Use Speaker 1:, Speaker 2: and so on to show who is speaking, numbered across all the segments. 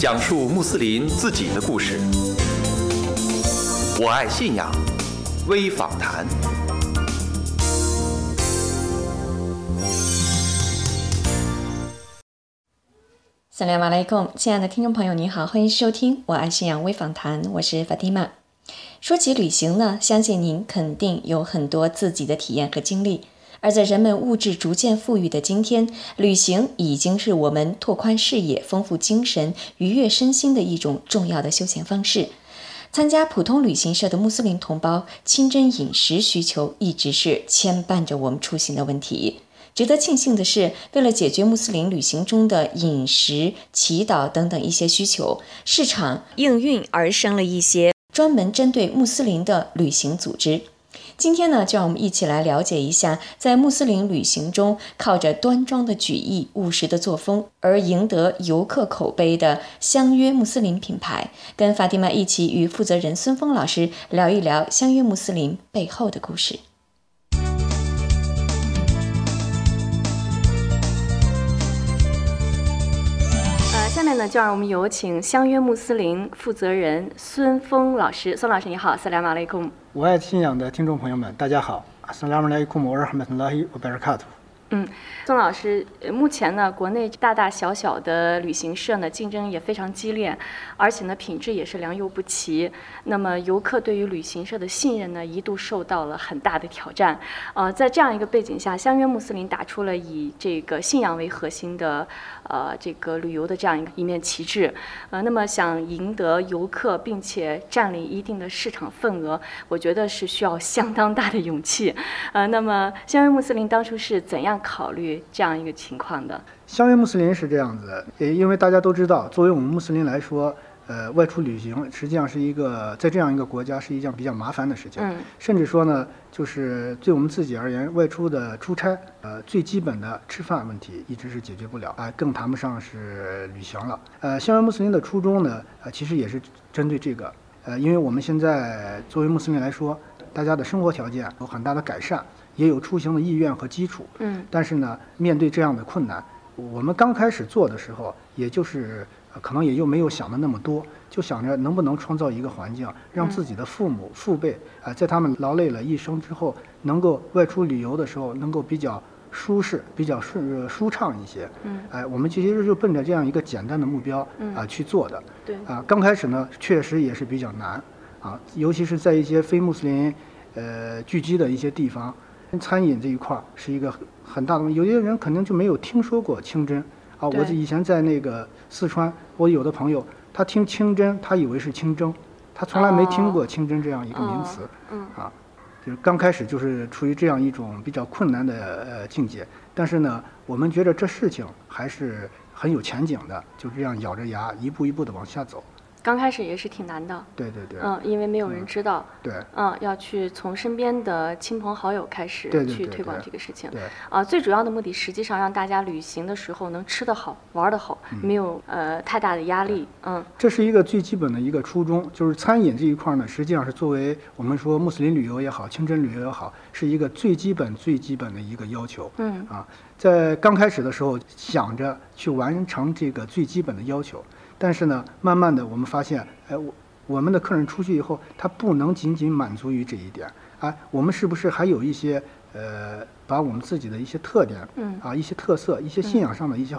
Speaker 1: 讲述穆斯林自己的故事。我爱信仰，微访谈。
Speaker 2: 萨利瓦莱贡，亲爱的听众朋友，您好，欢迎收听《我爱信仰微访谈》，我是法蒂玛。说起旅行呢，相信您肯定有很多自己的体验和经历。而在人们物质逐渐富裕的今天，旅行已经是我们拓宽视野、丰富精神、愉悦身心的一种重要的休闲方式。参加普通旅行社的穆斯林同胞，清真饮食需求一直是牵绊着我们出行的问题。值得庆幸的是，为了解决穆斯林旅行中的饮食、祈祷等等一些需求，市场应运而生了一些专门针对穆斯林的旅行组织。今天呢，就让我们一起来了解一下，在穆斯林旅行中，靠着端庄的举意、务实的作风而赢得游客口碑的相约穆斯林品牌。跟法蒂玛一起与负责人孙峰老师聊一聊相约穆斯林背后的故事。
Speaker 3: 呃，下面呢，就让我们有请相约穆斯林负责人孙峰老师。孙老师，你好，萨拉马雷贡。
Speaker 4: 我爱信仰的听众朋友们，大家好，阿斯拉姆莱库姆尔哈马特拉希乌贝尔卡图。
Speaker 3: 嗯，孙老师，呃目前呢，国内大大小小的旅行社呢，竞争也非常激烈，而且呢，品质也是良莠不齐。那么，游客对于旅行社的信任呢，一度受到了很大的挑战。呃，在这样一个背景下，相约穆斯林打出了以这个信仰为核心的，呃，这个旅游的这样一个一面旗帜。呃，那么想赢得游客，并且占领一定的市场份额，我觉得是需要相当大的勇气。呃，那么相约穆斯林当初是怎样考虑这样一个情况的？
Speaker 4: 相约穆斯林是这样子的，也因为大家都知道，作为我们穆斯林来说，呃，外出旅行实际上是一个在这样一个国家是一件比较麻烦的事情，
Speaker 3: 嗯
Speaker 4: 甚至说呢，就是对我们自己而言，外出的出差，呃，最基本的吃饭问题一直是解决不了啊、更谈不上是旅行了。呃，相约穆斯林的初衷呢，呃，其实也是针对这个，呃，因为我们现在作为穆斯林来说，大家的生活条件有很大的改善，也有出行的意愿和基础，
Speaker 3: 嗯
Speaker 4: 但是呢，面对这样的困难，我们刚开始做的时候，也就是呃可能也就没有想的那么多，就想着能不能创造一个环境，让自己的父母、父辈啊、呃在他们劳累了一生之后，能够外出旅游的时候，能够比较舒适、比较顺、呃舒畅一些。
Speaker 3: 嗯，
Speaker 4: 哎、我们其实就奔着这样一个简单的目标啊、
Speaker 3: 嗯
Speaker 4: 去做的。
Speaker 3: 对
Speaker 4: 啊，刚开始呢，确实也是比较难啊，尤其是在一些非穆斯林呃聚集的一些地方，餐饮这一块儿是一个很很大的问题。有些人可能就没有听说过清真啊，我
Speaker 3: 对
Speaker 4: 以前在那个四川，我有的朋友他听清真，他以为是清蒸，他从来没听过清真这样一个名词。
Speaker 3: 哦嗯
Speaker 4: 啊，就是刚开始就是处于这样一种比较困难的呃境界，但是呢，我们觉得这事情还是很有前景的，就这样咬着牙一步一步的往下走。
Speaker 3: 刚开始也是挺难的，
Speaker 4: 对对对，
Speaker 3: 嗯，因为没有人知道，
Speaker 4: 对
Speaker 3: 嗯，要去从身边的亲朋好友开始
Speaker 4: 对对
Speaker 3: 去
Speaker 4: 对
Speaker 3: 推广
Speaker 4: 对
Speaker 3: 这个事情。
Speaker 4: 对
Speaker 3: 啊，最主要的目的实际上让大家旅行的时候能吃得好、玩得好，
Speaker 4: 嗯
Speaker 3: 没有呃太大的压力。嗯
Speaker 4: 这是一个最基本的一个初衷，就是餐饮这一块呢，实际上是作为我们说穆斯林旅游也好，清真旅游也好，是一个最基本最基本的一个要求。
Speaker 3: 嗯
Speaker 4: 啊，在刚开始的时候想着去完成这个最基本的要求，但是呢，慢慢的我们发现，哎，我我们的客人出去以后，他不能仅仅满足于这一点，啊，我们是不是还有一些呃，把我们自己的一些特点，
Speaker 3: 嗯
Speaker 4: 啊，一些特色、一些信仰上的一些、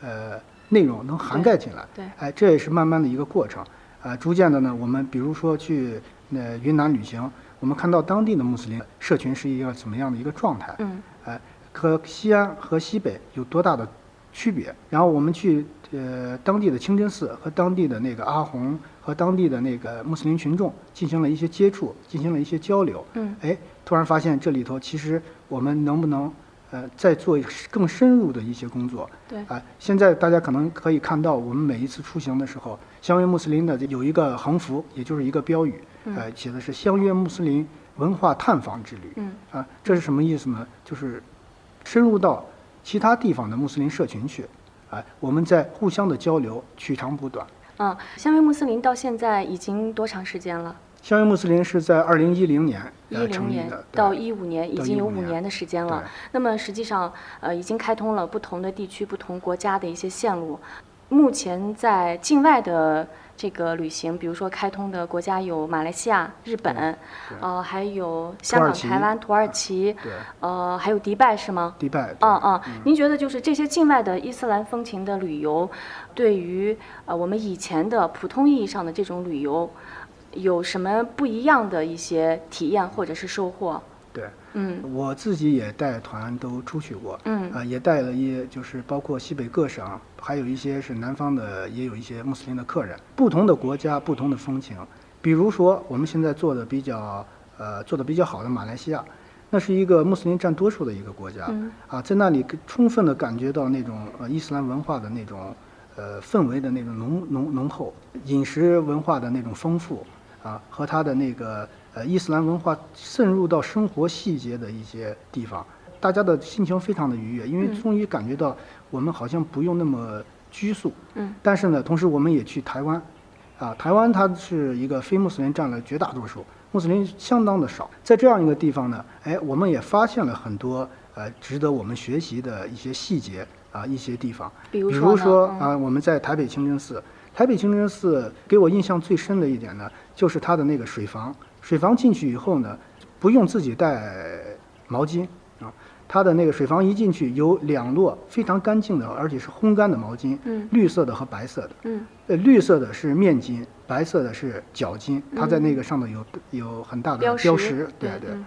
Speaker 4: 呃内容能涵盖进来？
Speaker 3: 对对
Speaker 4: 哎，这也是慢慢的一个过程，啊，逐渐的呢，我们比如说去呃云南旅行，我们看到当地的穆斯林社群是一个怎么样的一个状态，
Speaker 3: 嗯
Speaker 4: 哎，和西安和西北有多大的区别？然后我们去呃当地的清真寺和当地的那个阿訇和当地的那个穆斯林群众进行了一些接触，进行了一些交流。
Speaker 3: 嗯
Speaker 4: 哎，突然发现这里头其实我们能不能呃再做更深入的一些工作？
Speaker 3: 对
Speaker 4: 啊、现在大家可能可以看到，我们每一次出行的时候，相约穆斯林的有一个横幅，也就是一个标语，
Speaker 3: 嗯
Speaker 4: 呃，写的是“相约穆斯林文化探访之旅”。
Speaker 3: 嗯
Speaker 4: 啊，这是什么意思呢？就是深入到其他地方的穆斯林社群去，啊，我们在互相的交流，取长补短。
Speaker 3: 嗯，相约穆斯林到现在已经多长时间了？
Speaker 4: 相约穆斯林是在二零一零年
Speaker 3: 一
Speaker 4: 呃
Speaker 3: 零
Speaker 4: 成立
Speaker 3: 年
Speaker 4: 的，
Speaker 3: 到
Speaker 4: 对
Speaker 3: 一五年已
Speaker 4: 到
Speaker 3: 经有
Speaker 4: 15
Speaker 3: 五
Speaker 4: 年
Speaker 3: 年的时间了
Speaker 4: 对。
Speaker 3: 那么实际上，呃，已经开通了不同的地区、不同国家的一些线路。目前在境外的这个旅行，比如说开通的国家有马来西亚、日本，呃，还有香港、
Speaker 4: 土耳其嗯
Speaker 3: 台湾、土耳其，
Speaker 4: 对，
Speaker 3: 呃，还有迪拜是吗？
Speaker 4: 迪拜，对
Speaker 3: 嗯嗯，您觉得就是这些境外的伊斯兰风情的旅游，对于呃我们以前的普通意义上的这种旅游，有什么不一样的一些体验或者是收获？
Speaker 4: 对，
Speaker 3: 嗯
Speaker 4: 我自己也带团都出去过，
Speaker 3: 嗯
Speaker 4: 啊，也带了一就是包括西北各省，还有一些是南方的，也有一些穆斯林的客人。不同的国家，不同的风情。比如说我们现在做的比较呃做的比较好的马来西亚，那是一个穆斯林占多数的一个国家，
Speaker 3: 嗯
Speaker 4: 啊，在那里可充分的感觉到那种呃伊斯兰文化的那种呃氛围的那种浓浓浓厚，饮食文化的那种丰富啊，和它的那个呃伊斯兰文化渗入到生活细节的一些地方，大家的心情非常的愉悦，因为
Speaker 3: 嗯
Speaker 4: 终于感觉到我们好像不用那么拘束，
Speaker 3: 嗯，
Speaker 4: 但是呢，同时我们也去台湾，啊，台湾它是一个非穆斯林占了绝大多数，穆斯林相当的少。在这样一个地方呢，哎，我们也发现了很多呃值得我们学习的一些细节啊，一些地方。
Speaker 3: 比
Speaker 4: 比
Speaker 3: 如说呢
Speaker 4: 如说
Speaker 3: 嗯
Speaker 4: 啊，我们在台北清真寺，台北清真寺给我印象最深的一点呢，就是它的那个水房。水房进去以后呢，不用自己带毛巾啊，它的那个水房一进去有两摞非常干净的，而且是烘干的毛巾，
Speaker 3: 嗯
Speaker 4: 绿色的和白色的。
Speaker 3: 嗯
Speaker 4: 呃，绿色的是面巾，白色的是脚巾，它在那个上面有、有很大的
Speaker 3: 嗯标
Speaker 4: 标
Speaker 3: 识
Speaker 4: 对
Speaker 3: 对
Speaker 4: 对。
Speaker 3: 嗯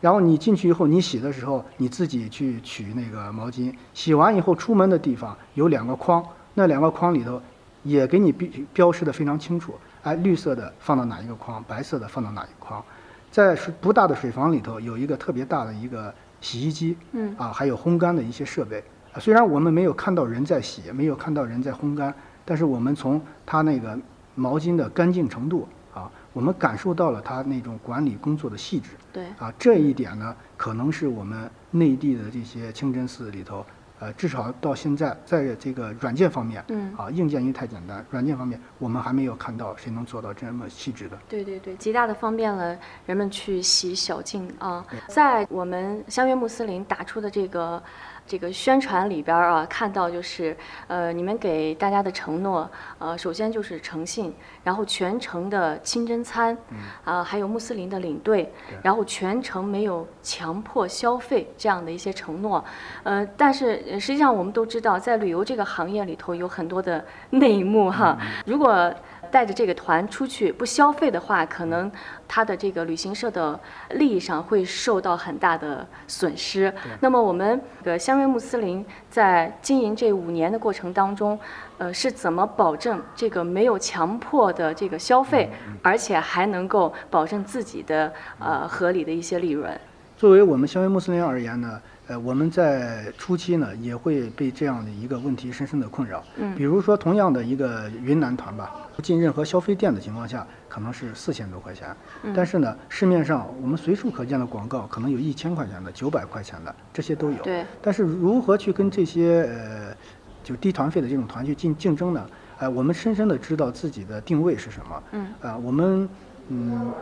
Speaker 4: 然后你进去以后，你洗的时候你自己去取那个毛巾，洗完以后出门的地方有两个筐，那两个筐里头也给你标标识的非常清楚，哎，绿色的放到哪一个筐，白色的放到哪一个筐。在水不大的水房里头有一个特别大的一个洗衣机，
Speaker 3: 嗯
Speaker 4: 啊，还有烘干的一些设备。啊虽然我们没有看到人在洗，没有看到人在烘干，但是我们从它那个毛巾的干净程度啊，我们感受到了它那种管理工作的细致。
Speaker 3: 对，
Speaker 4: 啊，这一点呢，可能是我们内地的这些清真寺里头，呃，至少到现在，在这个软件方面，
Speaker 3: 嗯
Speaker 4: 啊，硬件因为太简单，软件方面我们还没有看到谁能做到这么细致的。
Speaker 3: 对对对，极大的方便了人们去洗小净啊。在我们相约穆斯林打出的这个这个宣传里边儿啊，看到就是呃，你们给大家的承诺，呃，首先就是诚信，然后全程的清真餐，啊、还有穆斯林的领队，然后全程没有强迫消费这样的一些承诺。呃，但是呃实际上我们都知道，在旅游这个行业里头有很多的内幕哈。如果带着这个团出去不消费的话，可能他的这个旅行社的利益上会受到很大的损失。那么我们呃，香约穆斯林在经营这五年的过程当中，呃，是怎么保证这个没有强迫的这个消费，而且还能够保证自己的呃合理的一些利润？
Speaker 4: 作为我们香约穆斯林而言呢，呃，我们在初期呢也会被这样的一个问题深深的困扰。
Speaker 3: 嗯
Speaker 4: 比如说同样的一个云南团吧，不进任何消费店的情况下，可能是四千多块钱，
Speaker 3: 嗯
Speaker 4: 但是呢，市面上我们随处可见的广告可能有一千块钱的、九百块钱的，这些都有。
Speaker 3: 对
Speaker 4: 但是如何去跟这些呃就低团费的这种团去竞竞争呢？呃，我们深深的知道自己的定位是什么。
Speaker 3: 嗯。
Speaker 4: 啊、我们嗯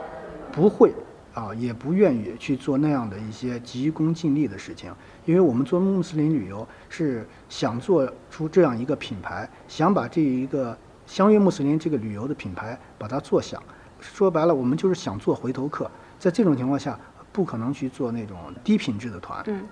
Speaker 4: 不会啊，也不愿意去做那样的一些急功近利的事情，因为我们做穆斯林旅游是想做出这样一个品牌，想把这一个相约穆斯林这个旅游的品牌把它做响。说白了，我们就是想做回头客，在这种情况下，不可能去做那种低品质的团。
Speaker 3: 嗯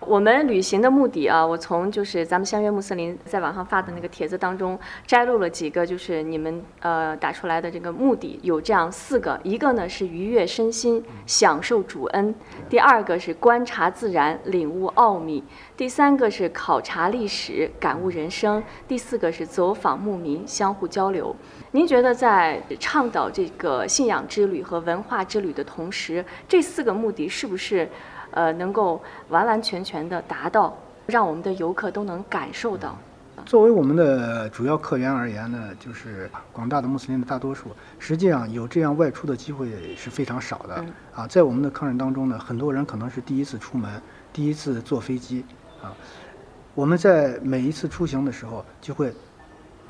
Speaker 3: 我们旅行的目的啊，我从就是咱们相约穆斯林在网上发的那个帖子当中摘录了几个，就是你们呃打出来的这个目的有这样四个，一个呢是愉悦身心，享受主恩；第二个是观察自然，领悟奥秘；第三个是考察历史，感悟人生；第四个是走访牧民，相互交流。您觉得在倡导这个信仰之旅和文化之旅的同时，这四个目的是不是？呃，能够完完全全的达到，让我们的游客都能感受到。
Speaker 4: 作为我们的主要客源而言呢，就是广大的穆斯林的大多数，实际上有这样外出的机会是非常少的、
Speaker 3: 嗯
Speaker 4: 啊。在我们的客人当中呢，很多人可能是第一次出门，第一次坐飞机啊。我们在每一次出行的时候，就会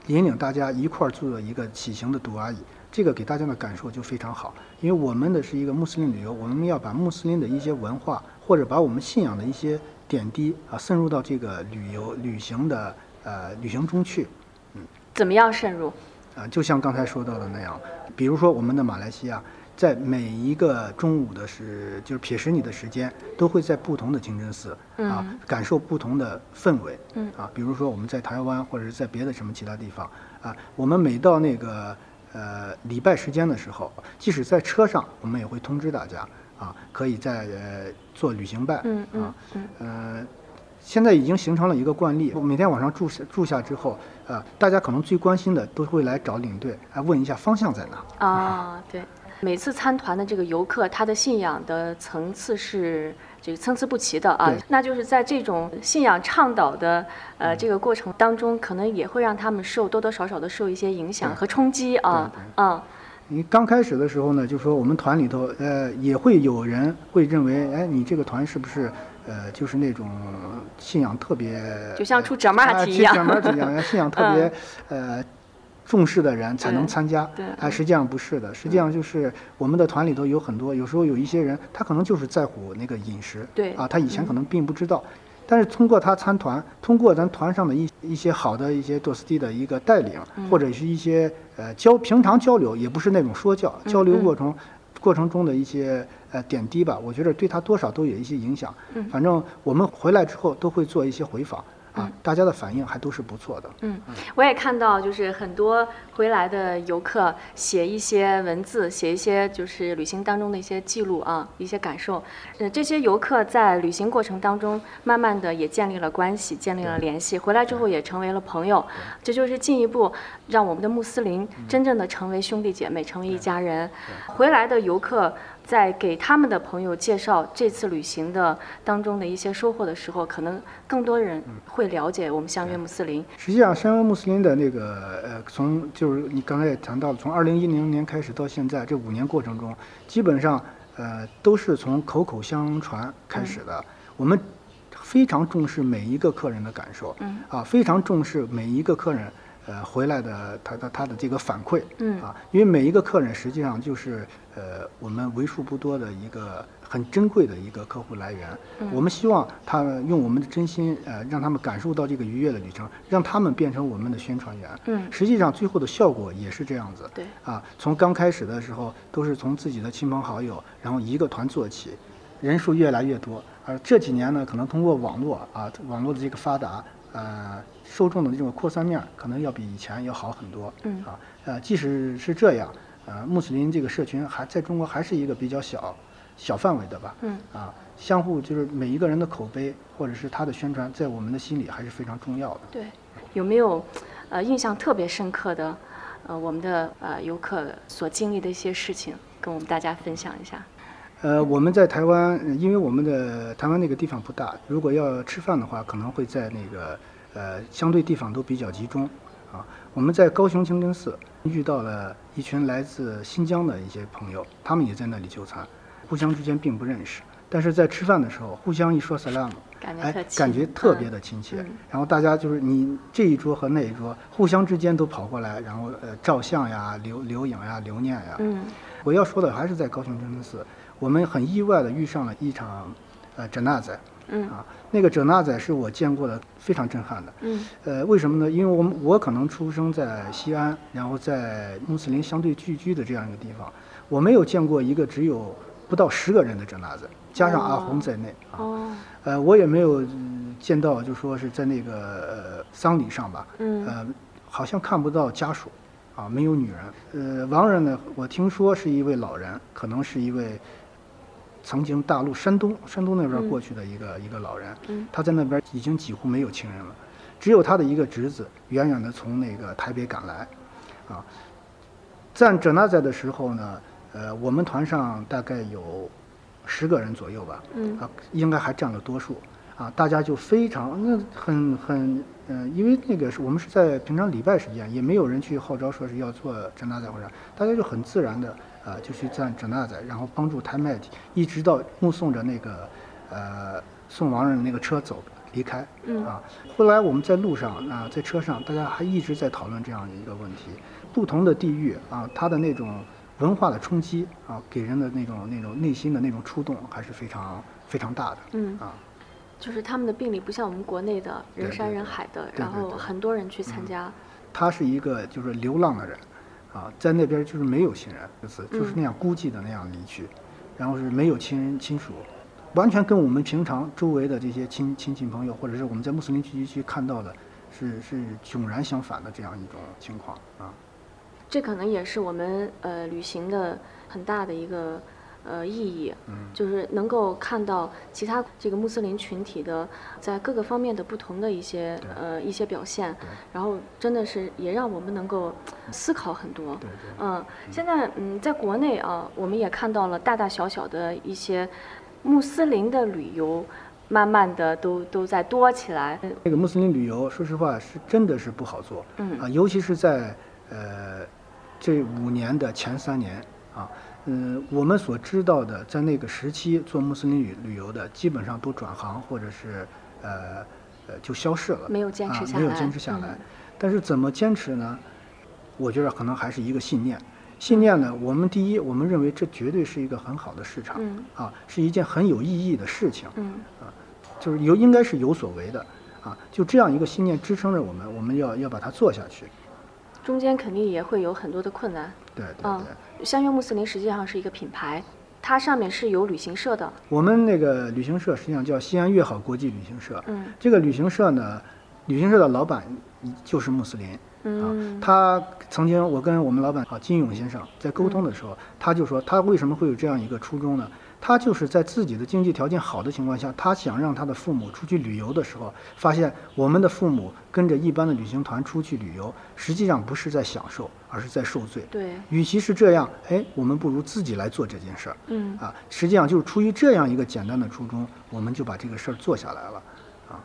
Speaker 4: 引领大家一块儿做一个起行的读阿姨，这个给大家的感受就非常好。因为我们的是一个穆斯林旅游，我们要把穆斯林的一些文化或者把我们信仰的一些点滴啊，渗入到这个旅游旅行的呃旅行中去。嗯，
Speaker 3: 怎么样渗入？
Speaker 4: 啊，就像刚才说到的那样，比如说我们的马来西亚，在每一个中午的时，就是撇时你的时间，都会在不同的清真寺啊，感受不同的氛围。
Speaker 3: 嗯
Speaker 4: 啊，比如说我们在台湾或者是在别的什么其他地方啊，我们每到那个呃礼拜时间的时候，即使在车上，我们也会通知大家啊，可以在呃做旅行拜。
Speaker 3: 嗯嗯
Speaker 4: 啊，
Speaker 3: 嗯，
Speaker 4: 呃，现在已经形成了一个惯例，每天晚上住下住下之后，呃，大家可能最关心的都会来找领队，来问一下方向在哪。嗯
Speaker 3: 啊，对，每次参团的这个游客，他的信仰的层次是这个参差不齐的啊
Speaker 4: 对。嗯
Speaker 3: 那就是在这种信仰倡导的呃这个过程当中，可能也会让他们受多多少少的受一些影响
Speaker 4: 对
Speaker 3: 和冲击啊
Speaker 4: 对
Speaker 3: 啊，
Speaker 4: 你刚开始的时候呢，就说我们团里头，呃，也会有人会认为，哎，你这个团是不是，呃，就是那种信仰特别，
Speaker 3: 就像出折马
Speaker 4: 啊
Speaker 3: 蹄一
Speaker 4: 去
Speaker 3: 样嗯
Speaker 4: 卷门儿一样，信仰特别呃重视的人才能参加。
Speaker 3: 对嗯对
Speaker 4: 哎，实际上不是的，实际上就是我们的团里头有很多，有时候有一些人他可能就是在乎那个饮食，
Speaker 3: 对嗯
Speaker 4: 啊，他以前可能并不知道。但是通过他参团，通过咱团上的一一些好的一些多斯蒂的一个带领，
Speaker 3: 嗯
Speaker 4: 或者是一些呃交平常交流，也不是那种说教，
Speaker 3: 嗯
Speaker 4: 交流过程、过程中的一些呃点滴吧，我觉得对他多少都有一些影响。
Speaker 3: 嗯
Speaker 4: 反正我们回来之后都会做一些回访啊，大家的反应还都是不错的。
Speaker 3: 嗯，我也看到，就是很多回来的游客写一些文字，写一些就是旅行当中的一些记录啊，一些感受。呃，这些游客在旅行过程当中，慢慢的也建立了关系，建立了联系，回来之后也成为了朋友。这就是进一步让我们的穆斯林真正的成为兄弟姐妹，成为一家人。回来的游客在给他们的朋友介绍这次旅行的当中的一些收获的时候，可能更多人会了解我们相约穆斯林。
Speaker 4: 实际上，山湾穆斯林的那个呃，从就是你刚才也谈到了，从二零一零年开始到现在这五年过程中，基本上呃都是从口口相传开始的。我们非常重视每一个客人的感受，
Speaker 3: 嗯
Speaker 4: 啊，非常重视每一个客人呃回来的他的他的这个反馈，
Speaker 3: 嗯
Speaker 4: 啊，因为每一个客人实际上就是呃我们为数不多的一个很珍贵的一个客户来源。
Speaker 3: 嗯
Speaker 4: 我们希望他们用我们的真心，呃，让他们感受到这个愉悦的旅程，让他们变成我们的宣传员。
Speaker 3: 嗯
Speaker 4: 实际上最后的效果也是这样子。
Speaker 3: 对
Speaker 4: 啊，从刚开始的时候都是从自己的亲朋好友，然后一个团做起，人数越来越多。而这几年呢，可能通过网络啊，网络的这个发达，呃，受众的这种扩散面儿可能要比以前要好很多。
Speaker 3: 嗯
Speaker 4: 啊，呃，即使是这样，呃，穆斯林这个社群还在中国还是一个比较小小范围的吧。
Speaker 3: 嗯
Speaker 4: 啊，相互就是每一个人的口碑或者是他的宣传，在我们的心里还是非常重要的。
Speaker 3: 对，有没有呃印象特别深刻的呃我们的呃游客所经历的一些事情，跟我们大家分享一下？
Speaker 4: 呃，我们在台湾，呃因为我们的台湾那个地方不大，如果要吃饭的话，可能会在那个呃相对地方都比较集中啊。我们在高雄清真寺遇到了一群来自新疆的一些朋友，他们也在那里就餐，互相之间并不认识，但是在吃饭的时候，互相一说 salam，
Speaker 3: 感觉
Speaker 4: 哎
Speaker 3: 特，亲
Speaker 4: 感觉特别的亲切。
Speaker 3: 嗯
Speaker 4: 然后大家就是你这一桌和那一桌，互相之间都跑过来，然后呃照相呀、留留影呀、留念呀，
Speaker 3: 嗯
Speaker 4: 我要说的还是在高雄真真寺，我们很意外的遇上了一场，呃，哲纳仔
Speaker 3: 嗯
Speaker 4: 啊，那个哲纳仔是我见过的非常震撼的。
Speaker 3: 嗯
Speaker 4: 呃，为什么呢？因为我们我可能出生在西安，然后在穆斯林相对聚居的这样一个地方，我没有见过一个只有不到十个人的哲纳仔，加上阿红在内啊。
Speaker 3: 哦
Speaker 4: 呃，我也没有、嗯见到，就说是在那个、呃、丧礼上吧，
Speaker 3: 嗯
Speaker 4: 呃，好像看不到家属，啊，没有女人。呃，亡人呢，我听说是一位老人，可能是一位曾经大陆山东山东那边过去的一个、一个老人，
Speaker 3: 嗯
Speaker 4: 他在那边已经几乎没有亲人了，只有他的一个侄子远远的从那个台北赶来，啊，在哲纳在的时候呢，呃，我们团上大概有十个人左右吧，
Speaker 3: 嗯
Speaker 4: 啊，应该还占了多数，啊，大家就非常那很很，嗯、因为那个是我们是在平常礼拜时间，也没有人去号召说是要做哲纳仔或者啥，大家就很自然的啊、就去赞哲纳仔，然后帮助台麦提，一直到目送着那个呃送亡人的那个车走离开，
Speaker 3: 嗯
Speaker 4: 啊，后来我们在路上啊、在车上，大家还一直在讨论这样一个问题，不同的地域啊，它的那种文化的冲击啊，给人的那种那种内心的那种触动还是非常非常大的。
Speaker 3: 嗯，
Speaker 4: 啊，
Speaker 3: 就是他们的病例不像我们国内的人山人海的，
Speaker 4: 对对对嗯
Speaker 3: 然后很多人去参加，
Speaker 4: 他是一个就是流浪的人，啊，在那边就是没有亲人，就是就是那样孤寂的那样离去，然后是没有亲人亲属，完全跟我们平常周围的这些亲亲戚朋友，或者是我们在穆斯林聚集区看到的，是是迥然相反的这样一种情况啊。
Speaker 3: 这可能也是我们呃旅行的很大的一个呃意义，
Speaker 4: 嗯
Speaker 3: 就是能够看到其他这个穆斯林群体的在各个方面的不同的一些
Speaker 4: 对
Speaker 3: 呃一些表现
Speaker 4: 对，
Speaker 3: 然后真的是也让我们能够思考很多。
Speaker 4: 对对。
Speaker 3: 嗯，现在嗯，在国内啊，我们也看到了大大小小的一些穆斯林的旅游，慢慢的都都在多起来。
Speaker 4: 那个穆斯林旅游，说实话是真的是不好做，
Speaker 3: 嗯
Speaker 4: 啊，尤其是在呃这五年的前三年啊，嗯，我们所知道的，在那个时期做穆斯林旅旅游的，基本上都转行或者是呃呃就消失了，
Speaker 3: 没有坚持下
Speaker 4: 啊，没有
Speaker 3: 来
Speaker 4: 坚持下来。
Speaker 3: 嗯
Speaker 4: 但是怎么坚持呢？我觉得可能还是一个信念。信念呢，我们第一，我们认为这绝对是一个很好的市场，
Speaker 3: 嗯
Speaker 4: 啊，是一件很有意义的事情，
Speaker 3: 嗯
Speaker 4: 就是有应该是有所为的啊，就这样一个信念支撑着我们，我们要要把它做下去。
Speaker 3: 中间肯定也会有很多的困难。
Speaker 4: 对对对，
Speaker 3: 嗯，相约穆斯林实际上是一个品牌，它上面是有旅行社的。
Speaker 4: 我们那个旅行社实际上叫西安越好国际旅行社，
Speaker 3: 嗯
Speaker 4: 这个旅行社呢，旅行社的老板就是穆斯林。啊，
Speaker 3: 嗯
Speaker 4: 他曾经我跟我们老板啊金勇先生在沟通的时
Speaker 3: 嗯
Speaker 4: 候，他就说他为什么会有这样一个初衷呢？他就是在自己的经济条件好的情况下，他想让他的父母出去旅游的时候，发现我们的父母跟着一般的旅行团出去旅游，实际上不是在享受，而是在受罪。
Speaker 3: 对，
Speaker 4: 与其是这样，哎，我们不如自己来做这件事儿。
Speaker 3: 嗯，
Speaker 4: 啊，实际上就是出于这样一个简单的初衷，我们就把这个事儿做下来了，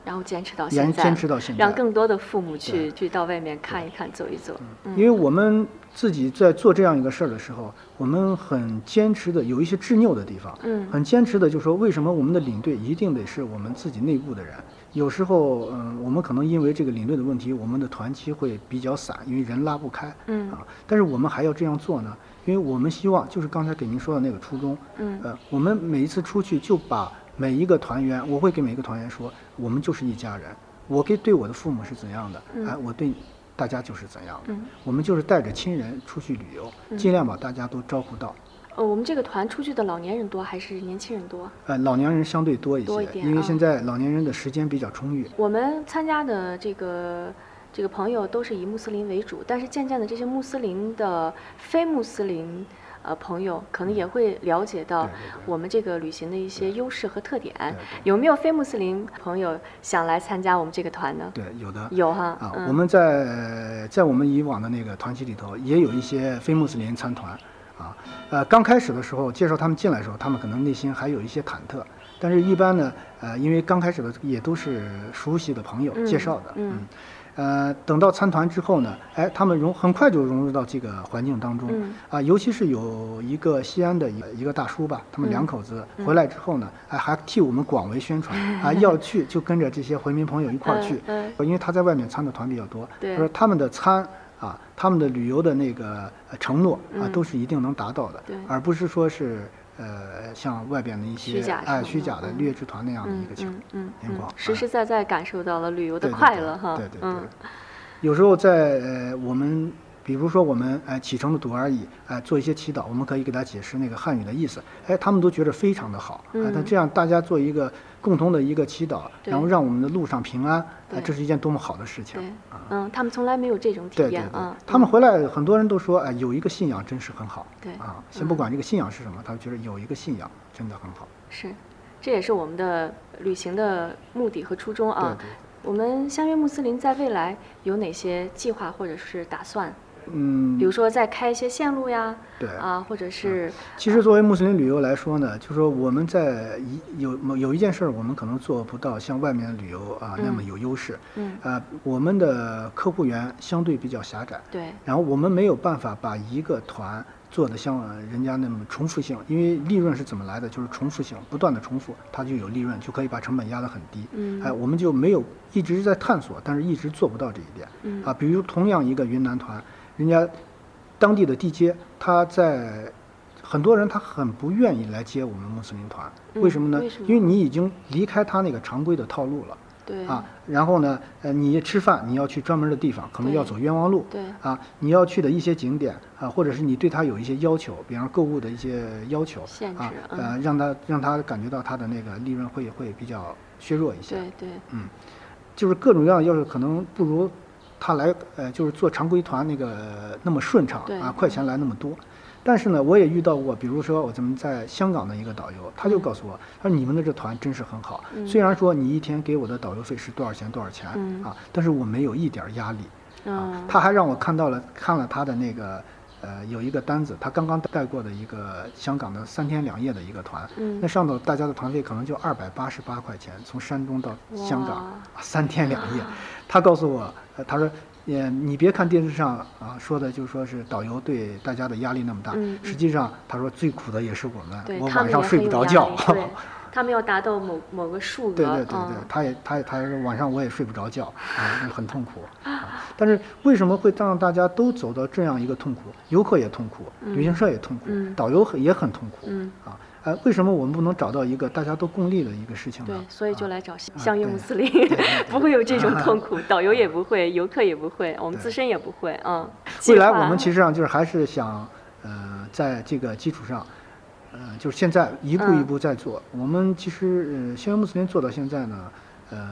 Speaker 3: 然后坚持到现
Speaker 4: 坚
Speaker 3: 在，
Speaker 4: 坚持到现在。
Speaker 3: 让更多的父母去去到外面看一看、走一走。
Speaker 4: 因为我们自己在做这样一个事儿的时候，我们很坚持的有一些执拗的地方，
Speaker 3: 嗯
Speaker 4: 很坚持的就说为什么我们的领队一定得是我们自己内部的人？有时候，嗯，我们可能因为这个领队的问题，我们的团期会比较散，因为人拉不开，
Speaker 3: 嗯
Speaker 4: 啊，但是我们还要这样做呢，因为我们希望就是刚才给您说的那个初衷，
Speaker 3: 嗯
Speaker 4: 呃，我们每一次出去就把每一个团员，我会给每个团员说，我们就是一家人，我给对我的父母是怎样的，哎，我对大家就是怎样的，
Speaker 3: 嗯
Speaker 4: 我们就是带着亲人出去旅游，尽量把大家都照顾到。
Speaker 3: 呃，我们这个团出去的老年人多还是年轻人多？
Speaker 4: 呃，老年人相对多一些，
Speaker 3: 多一点
Speaker 4: 因为
Speaker 3: 啊
Speaker 4: 现在老年人的时间比较充裕。
Speaker 3: 我们参加的这个这个朋友都是以穆斯林为主，但是渐渐的，这些穆斯林的非穆斯林呃朋友可能也会了解到
Speaker 4: 对对对
Speaker 3: 我们这个旅行的一些优势和特点。
Speaker 4: 对
Speaker 3: 有没有非穆斯林朋友想来参加我们这个团呢？
Speaker 4: 对，有的
Speaker 3: 有哈，
Speaker 4: 啊，
Speaker 3: 嗯、
Speaker 4: 我们在在我们以往的那个团体里头，也有一些非穆斯林参团，啊，呃，刚开始的时候介绍他们进来的时候，他们可能内心还有一些忐忑，但是一般呢，呃，因为刚开始的也都是熟悉的朋友
Speaker 3: 嗯
Speaker 4: 介绍的，
Speaker 3: 嗯
Speaker 4: 呃，等到参团之后呢，哎，他们融很快就融入到这个环境当中，
Speaker 3: 嗯
Speaker 4: 啊，尤其是有一个西安的一一个大叔吧，他们两
Speaker 3: 嗯
Speaker 4: 口子回来之后呢，哎，还替我们广为宣 传，啊，要去就跟着这些回民朋友一块儿去，
Speaker 3: 嗯
Speaker 4: 因为他在外面参的团比较多，
Speaker 3: 对
Speaker 4: 他说他们的参啊，他们的旅游的那个呃承诺啊，
Speaker 3: 嗯
Speaker 4: 都是一定能达到的，
Speaker 3: 对
Speaker 4: 而不是说是呃像外边的一些
Speaker 3: 虚假
Speaker 4: 哎
Speaker 3: 承
Speaker 4: 虚
Speaker 3: 诺
Speaker 4: 假的
Speaker 3: 嗯
Speaker 4: 劣质团那样的一
Speaker 3: 嗯
Speaker 4: 个情
Speaker 3: 嗯嗯
Speaker 4: 情
Speaker 3: 嗯
Speaker 4: 况，
Speaker 3: 实
Speaker 4: 哎
Speaker 3: 实在在感受到了旅游的
Speaker 4: 对对
Speaker 3: 快
Speaker 4: 对
Speaker 3: 乐哈，
Speaker 4: 对对对
Speaker 3: 嗯，
Speaker 4: 有时候在呃我们。比如说，我们哎启程的读而已，哎做一些祈祷，我们可以给他解释那个汉语的意思，哎，他们都觉得非常的好，哎，那
Speaker 3: 嗯
Speaker 4: 这样大家做一个共同的一个祈祷，
Speaker 3: 对
Speaker 4: 然后让我们的路上平安，哎
Speaker 3: 对，
Speaker 4: 这是一件多么好的事情
Speaker 3: 对，嗯，他们从来没有这种体
Speaker 4: 对啊对
Speaker 3: 验
Speaker 4: 对
Speaker 3: 啊，，
Speaker 4: 他们回来很多人都说，哎，有一个信仰真是很好。
Speaker 3: 对嗯
Speaker 4: 啊，先不管这个信仰是什么，他们觉得有一个信仰真的很好。
Speaker 3: 是，这也是我们的旅行的目的和初衷
Speaker 4: 对
Speaker 3: 啊。
Speaker 4: 对。
Speaker 3: 我们相约穆斯林在未来有哪些计划或者是打算？比
Speaker 4: 嗯，
Speaker 3: 如说再开一些线路呀，
Speaker 4: 对。
Speaker 3: 啊，或者是
Speaker 4: 其实作为穆斯林旅游来说呢，就说我们在一有某有一件事儿，我们可能做不到像外面的旅游啊那么有优势。
Speaker 3: 嗯，
Speaker 4: 啊，我们的客户源相对比较狭窄，
Speaker 3: 对，
Speaker 4: 然后我们没有办法把一个团做得像呃人家那么重复性，因为利润是怎么来的？就是重复性，不断的重复，它就有利润，就可以把成本压得很低。
Speaker 3: 嗯
Speaker 4: 哎，我们就没有一直在探索，但是一直做不到这一点。
Speaker 3: 嗯
Speaker 4: 啊，比如同样一个云南团，人家当地的地接，他在很多人他很不愿意来接我们穆斯林团，为什么呢？
Speaker 3: 嗯为什么
Speaker 4: 因为你已经离开他那个常规的套路了。
Speaker 3: 对
Speaker 4: 啊，然后呢，呃，你吃饭你要去专门的地方，可能
Speaker 3: 对
Speaker 4: 要走冤枉路，
Speaker 3: 对
Speaker 4: 啊，你要去的一些景点啊，或者是你对他有一些要求，比方说购物的一些要求
Speaker 3: 限制
Speaker 4: 啊，
Speaker 3: 嗯
Speaker 4: 呃，让他让他感觉到他的那个利润会会比较削弱一些，
Speaker 3: 对对
Speaker 4: 就是各种各样的要是可能不如他来呃，就是做常规团那个、呃那么顺畅
Speaker 3: 对
Speaker 4: 啊，快钱来那么多。但是呢，我也遇到过，比如说我咱们在香港的一个导游，
Speaker 3: 嗯
Speaker 4: 他就告诉我，他说你们的这团真是很好，虽然说你一天给我的导游费是多少钱多少钱、
Speaker 3: 嗯
Speaker 4: 啊，但是我没有一点儿压力，啊
Speaker 3: 嗯，
Speaker 4: 他还让我看到了看了他的那个呃有一个单子，他刚刚带过的一个香港的三天两夜的一个团，
Speaker 3: 嗯
Speaker 4: 那上头大家的团费可能就二百八十八块钱，从山东到香港
Speaker 3: 哇
Speaker 4: 啊三天两夜。他告诉我，呃他说。也，你别看电视上啊说的，就是说是导游对大家的压力那么大，
Speaker 3: 嗯嗯
Speaker 4: 实际上他说最苦的也是我们，
Speaker 3: 对
Speaker 4: 我
Speaker 3: 他
Speaker 4: 晚
Speaker 3: 们
Speaker 4: 上
Speaker 3: 也
Speaker 4: 睡
Speaker 3: 很
Speaker 4: 不
Speaker 3: 有
Speaker 4: 着
Speaker 3: 压
Speaker 4: 觉
Speaker 3: 力。对 他们要达到某某个数额，
Speaker 4: 对对对对
Speaker 3: 嗯，
Speaker 4: 他也他也他也说晚上我也睡不着觉，啊，那很痛苦、啊。但是为什么会让大家都走到这样一个痛苦？游客也痛苦，旅行社也痛苦，
Speaker 3: 嗯
Speaker 4: 导游很也很痛苦、
Speaker 3: 嗯
Speaker 4: 啊。呃，为什么我们不能找到一个大家都共利的一个事情呢
Speaker 3: 对，？所以就来找
Speaker 4: 嗯啊
Speaker 3: 相应穆
Speaker 4: 对啊
Speaker 3: 斯林， 不会有这种痛苦，导游也不会，游客也不会，我们
Speaker 4: 对
Speaker 3: 自身也不会，嗯。
Speaker 4: 未来
Speaker 3: 计划
Speaker 4: 我们其实上就是还是想，呃，在这个基础上，呃，就是现在一
Speaker 3: 嗯
Speaker 4: 步一步在做。我们其实呃，新闻穆斯林做到现在呢，呃，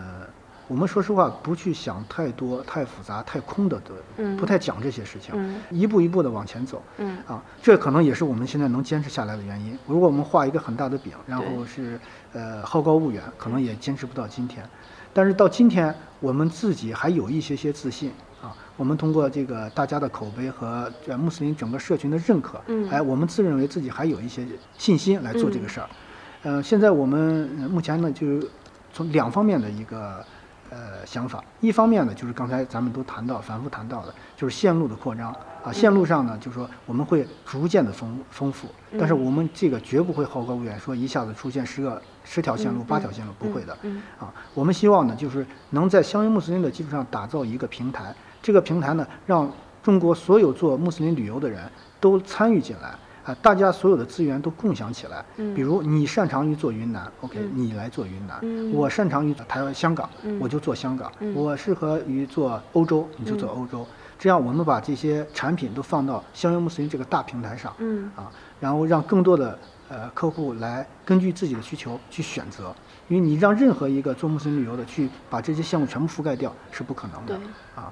Speaker 4: 我们说实话不去想太多、太复杂、太空的，对，
Speaker 3: 嗯
Speaker 4: 不太讲这些事情，
Speaker 3: 嗯
Speaker 4: 一步一步的往前走。
Speaker 3: 嗯
Speaker 4: 啊，这可能也是我们现在能坚持下来的原因。如果我们画一个很大的饼，然
Speaker 3: 对
Speaker 4: 后是呃好高骛远，可能也坚持不到今天。但是到今天，我们自己还有一些些自信啊。我们通过这个大家的口碑和呃穆斯林整个社群的认可，
Speaker 3: 嗯
Speaker 4: 哎，我们自认为自己还有一些信心来做这个事儿。呃，现在我们呃目前呢，就是从两方面的一个呃想法，一方面呢，就是刚才咱们都谈到、反复谈到的，就是线路的扩张啊。线路上呢，就是说我们会逐渐的丰丰富，
Speaker 3: 嗯
Speaker 4: 但是我们这个绝不会好高骛远，说一下子出现十个十条线路、八条线路，不会的。
Speaker 3: 嗯
Speaker 4: 啊，我们希望呢，就是能在相应穆斯林的基础上打造一个平台，这个平台呢，让中国所有做穆斯林旅游的人都参与进来。啊，大家所有的资源都共享起来。
Speaker 3: 嗯
Speaker 4: 比如你擅长于做云南，OK，、你来做云南；
Speaker 3: 嗯
Speaker 4: 我擅长于台湾、香港，我就做香港；我适合于做欧洲，你就做
Speaker 3: 嗯
Speaker 4: 欧洲。这样，我们把这些产品都放到相应穆斯林这个大平台上，
Speaker 3: 嗯
Speaker 4: 啊，然后让更多的呃客户来根据自己的需求去选择，因为你让任何一个做穆斯林旅游的去把这些项目全部覆盖掉是不可能的
Speaker 3: 对
Speaker 4: 啊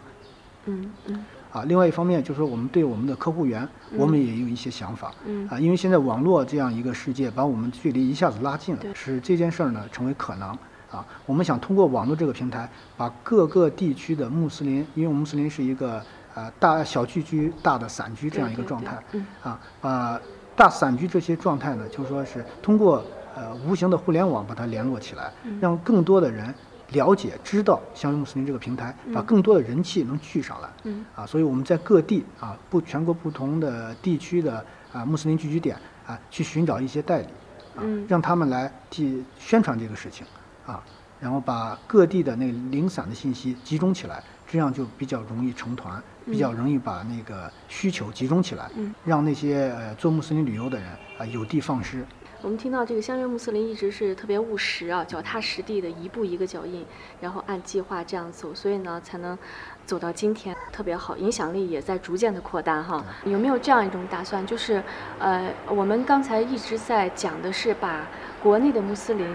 Speaker 3: 嗯嗯
Speaker 4: 啊。另外一方面就是说，我们对我们的客户源，我们也有一些想法，
Speaker 3: 嗯
Speaker 4: 啊，因为现在网络这样一个世界，把我们距离一下子拉近了
Speaker 3: 对，
Speaker 4: 使这件事儿呢成为可能。啊，我们想通过网络这个平台，把各个地区的穆斯林，因为穆斯林是一个呃大小聚居、大的散居这样一个
Speaker 3: 对对
Speaker 4: 状态，
Speaker 3: 对嗯
Speaker 4: 啊，把大散居这些状态呢，就说是通过呃无形的互联网把它联络起来，让更多的人了解、知道相应穆斯林这个平台，把更多的人气能聚上来。
Speaker 3: 嗯，
Speaker 4: 啊，所以我们在各地啊，不全国不同的地区的啊穆斯林聚居点啊，去寻找一些代理，啊，
Speaker 3: 嗯
Speaker 4: 让他们来替宣传这个事情，啊，然后把各地的那个零散的信息集中起来，这样就比较容易成团，比较容易把那个需求集中起来，
Speaker 3: 嗯
Speaker 4: 让那些呃做穆斯林旅游的人啊有的放矢。
Speaker 3: 我们听到这个相约穆斯林一直是特别务实啊，脚踏实地的一步一个脚印，然后按计划这样走，所以呢才能走到今天，特别好，影响力也在逐渐的扩大哈。有没有这样一种打算？就是呃，我们刚才一直在讲的是把国内的穆斯林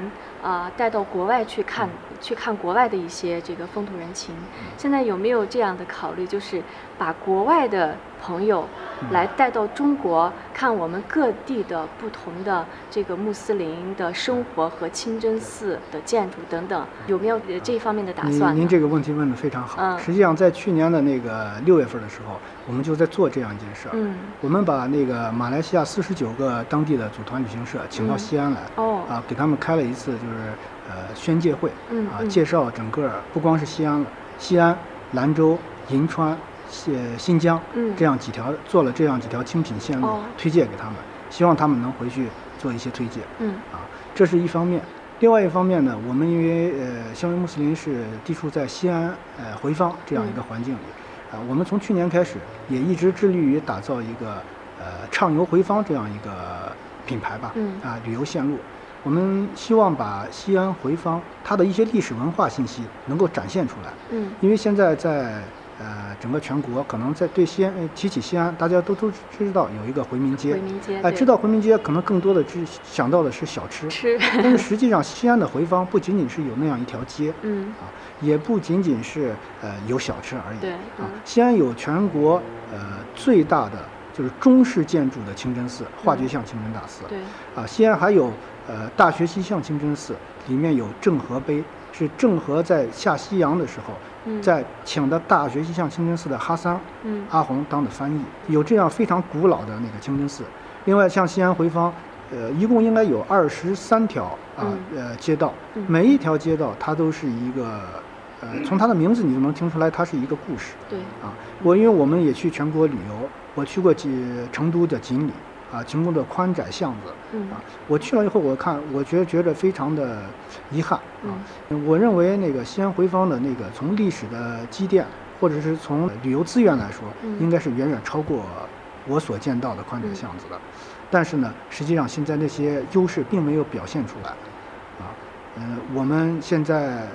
Speaker 3: 啊、带到国外去看，去看国外的一些这个风土人情。现在有没有这样的考虑，就是把国外的朋友来带到中国，看我们各地的不同的这个穆斯林的生活和清真寺的建筑等等，有没有呃这方面的打
Speaker 4: 您
Speaker 3: 算呢？
Speaker 4: 您这个问题问得非常好。
Speaker 3: 嗯
Speaker 4: 实际上，在去年的那个六月份的时候，我们就在做这样一件事儿。
Speaker 3: 嗯
Speaker 4: 我们把那个马来西亚四十九个当地的组团旅行社请到
Speaker 3: 嗯
Speaker 4: 西安来，
Speaker 3: 哦
Speaker 4: 啊，给他们开了一次就是呃宣介会，
Speaker 3: 嗯
Speaker 4: 啊，
Speaker 3: 嗯
Speaker 4: 介绍整个不光是西安了，西安、兰州、银川、新新疆，
Speaker 3: 嗯
Speaker 4: 这样几条做了这样几条精品线路、
Speaker 3: 哦
Speaker 4: 推荐给他们，希望他们能回去做一些推介。
Speaker 3: 嗯
Speaker 4: 啊，这是一方面。另外一方面呢，我们因为呃，香云穆斯林是地处在西安呃回坊这样一
Speaker 3: 嗯
Speaker 4: 个环境里，啊、我们从去年开始也一直致力于打造一个呃畅游回坊这样一个品牌吧，
Speaker 3: 嗯
Speaker 4: 啊、旅游线路。我们希望把西安回坊它的一些历史文化信息能够展现出来，
Speaker 3: 嗯
Speaker 4: 因为现在在呃整个全国，可能在对西安呃提起西安，大家都都知道有一个回民街，
Speaker 3: 回民街
Speaker 4: 哎、
Speaker 3: 对
Speaker 4: 知道回民街可能更多的是想到的是小吃，
Speaker 3: 吃，
Speaker 4: 但是实际上西安的回坊不仅仅是有那样一条街，
Speaker 3: 嗯
Speaker 4: 啊，也不仅仅是呃有小吃而已。
Speaker 3: 对
Speaker 4: 啊
Speaker 3: 嗯，
Speaker 4: 西安有全国呃最大的就是中式建筑的清真寺，化觉巷清真大寺。
Speaker 3: 嗯对，
Speaker 4: 啊，西安还有呃大学西巷清真寺，里面有郑和碑，是郑和在下西洋的时候，
Speaker 3: 嗯
Speaker 4: 在请的大学西巷清真寺的哈桑
Speaker 3: 嗯
Speaker 4: 阿红当的翻译，有这样非常古老的那个清真寺。另外，像西安回坊，呃，一共应该有二十三条啊、呃街道
Speaker 3: 嗯，
Speaker 4: 每一条街道它都是一个呃，从它的名字你就能听出来它是一个故事
Speaker 3: 对，
Speaker 4: 啊。我因为我们也去全国旅游，我去过几成都的锦里啊，成都的宽窄巷子。
Speaker 3: 嗯
Speaker 4: 啊，我去了以后，我看我觉得觉得非常的遗憾啊
Speaker 3: 嗯。
Speaker 4: 我认为那个西安回坊的那个从历史的积淀，或者是从旅游资源来说，
Speaker 3: 嗯
Speaker 4: 应该是远远超过我所见到的宽窄巷子
Speaker 3: 嗯
Speaker 4: 的。但是呢，实际上现在那些优势并没有表现出来啊。嗯，我们现在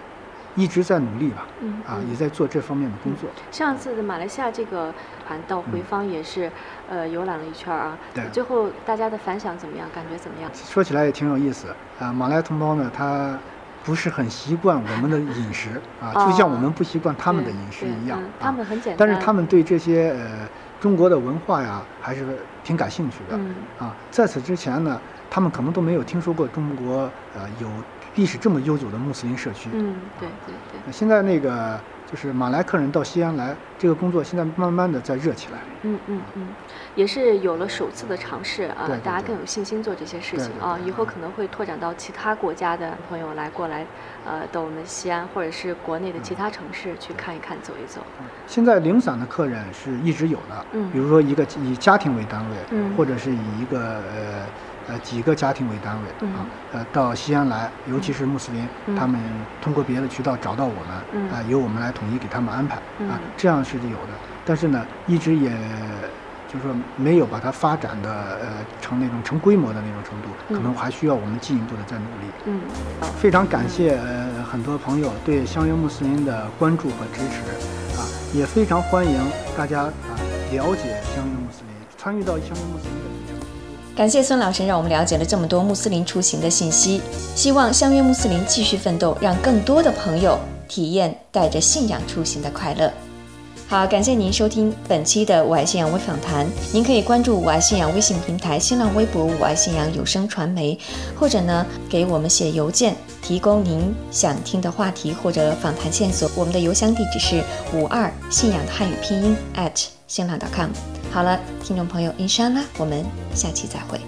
Speaker 4: 一直在努力吧，
Speaker 3: 嗯
Speaker 4: 啊，
Speaker 3: 嗯
Speaker 4: 也在做这方面的工作。
Speaker 3: 上次的马来西亚这个团到回坊也是，呃，游览了一圈儿啊。
Speaker 4: 对
Speaker 3: 最后大家的反响怎么样？感觉怎么样？
Speaker 4: 说起来也挺有意思啊，马来同胞呢，他不是很习惯我们的饮食啊，
Speaker 3: 哦
Speaker 4: 就像我们不习惯他们的
Speaker 3: 对
Speaker 4: 饮食
Speaker 3: 对
Speaker 4: 一样
Speaker 3: 嗯。
Speaker 4: 啊
Speaker 3: 他们很简单。
Speaker 4: 但是他们对这些呃中国的文化呀，还是挺感兴趣的
Speaker 3: 嗯
Speaker 4: 啊。在此之前呢，他们可能都没有听说过中国呃有历史这么悠久的穆斯林社区。
Speaker 3: 嗯，对对对，
Speaker 4: 那现在那个就是马来客人到西安来，这个工作现在慢慢的在热起来。
Speaker 3: 嗯嗯嗯，也是有了首次的尝试啊
Speaker 4: 对，对
Speaker 3: 大家
Speaker 4: 对
Speaker 3: 更有信心做这些事
Speaker 4: 对
Speaker 3: 情
Speaker 4: 对
Speaker 3: 啊。
Speaker 4: 对
Speaker 3: 以后可能会拓展到其他国家的朋友来过来，呃，到我们西安或者是国内的
Speaker 4: 嗯
Speaker 3: 其他城市去看一看、走一走。
Speaker 4: 现在零散的客人是一直有的，
Speaker 3: 嗯
Speaker 4: 比如说一个以家庭为单位，
Speaker 3: 嗯
Speaker 4: 或者是以一个呃呃几个家庭为单位、
Speaker 3: 嗯
Speaker 4: 啊，呃到西安来，尤其是穆斯林，
Speaker 3: 嗯
Speaker 4: 他们通过别的渠道找到我们，啊、
Speaker 3: 嗯
Speaker 4: 由我们来统一给他们安排、
Speaker 3: 嗯
Speaker 4: 啊，这样是有的。但是呢，一直也就是说没有把它发展的呃成那种成规模的那种程度，
Speaker 3: 嗯
Speaker 4: 可能还需要我们进一步的再努力。
Speaker 3: 嗯，
Speaker 4: 非常感谢呃很多朋友对相约穆斯林的关注和支持啊，也非常欢迎大家啊了解相约穆斯林，参与到相约穆斯林的旅程。
Speaker 2: 感谢孙老师，让我们了解了这么多穆斯林出行的信息。希望相约穆斯林继续奋斗，让更多的朋友体验带着信仰出行的快乐。好，感谢您收听本期的《我爱信仰微访谈》。您可以关注“我爱信仰”微信平台、新浪微博“我爱信仰有声传媒”，或者呢给我们写邮件，提供您想听的话题或者访谈线索。我们的邮箱地址是五二信仰的汉语拼音 at 新浪 .com。好了，听众朋友，inshallah，我们下期再会。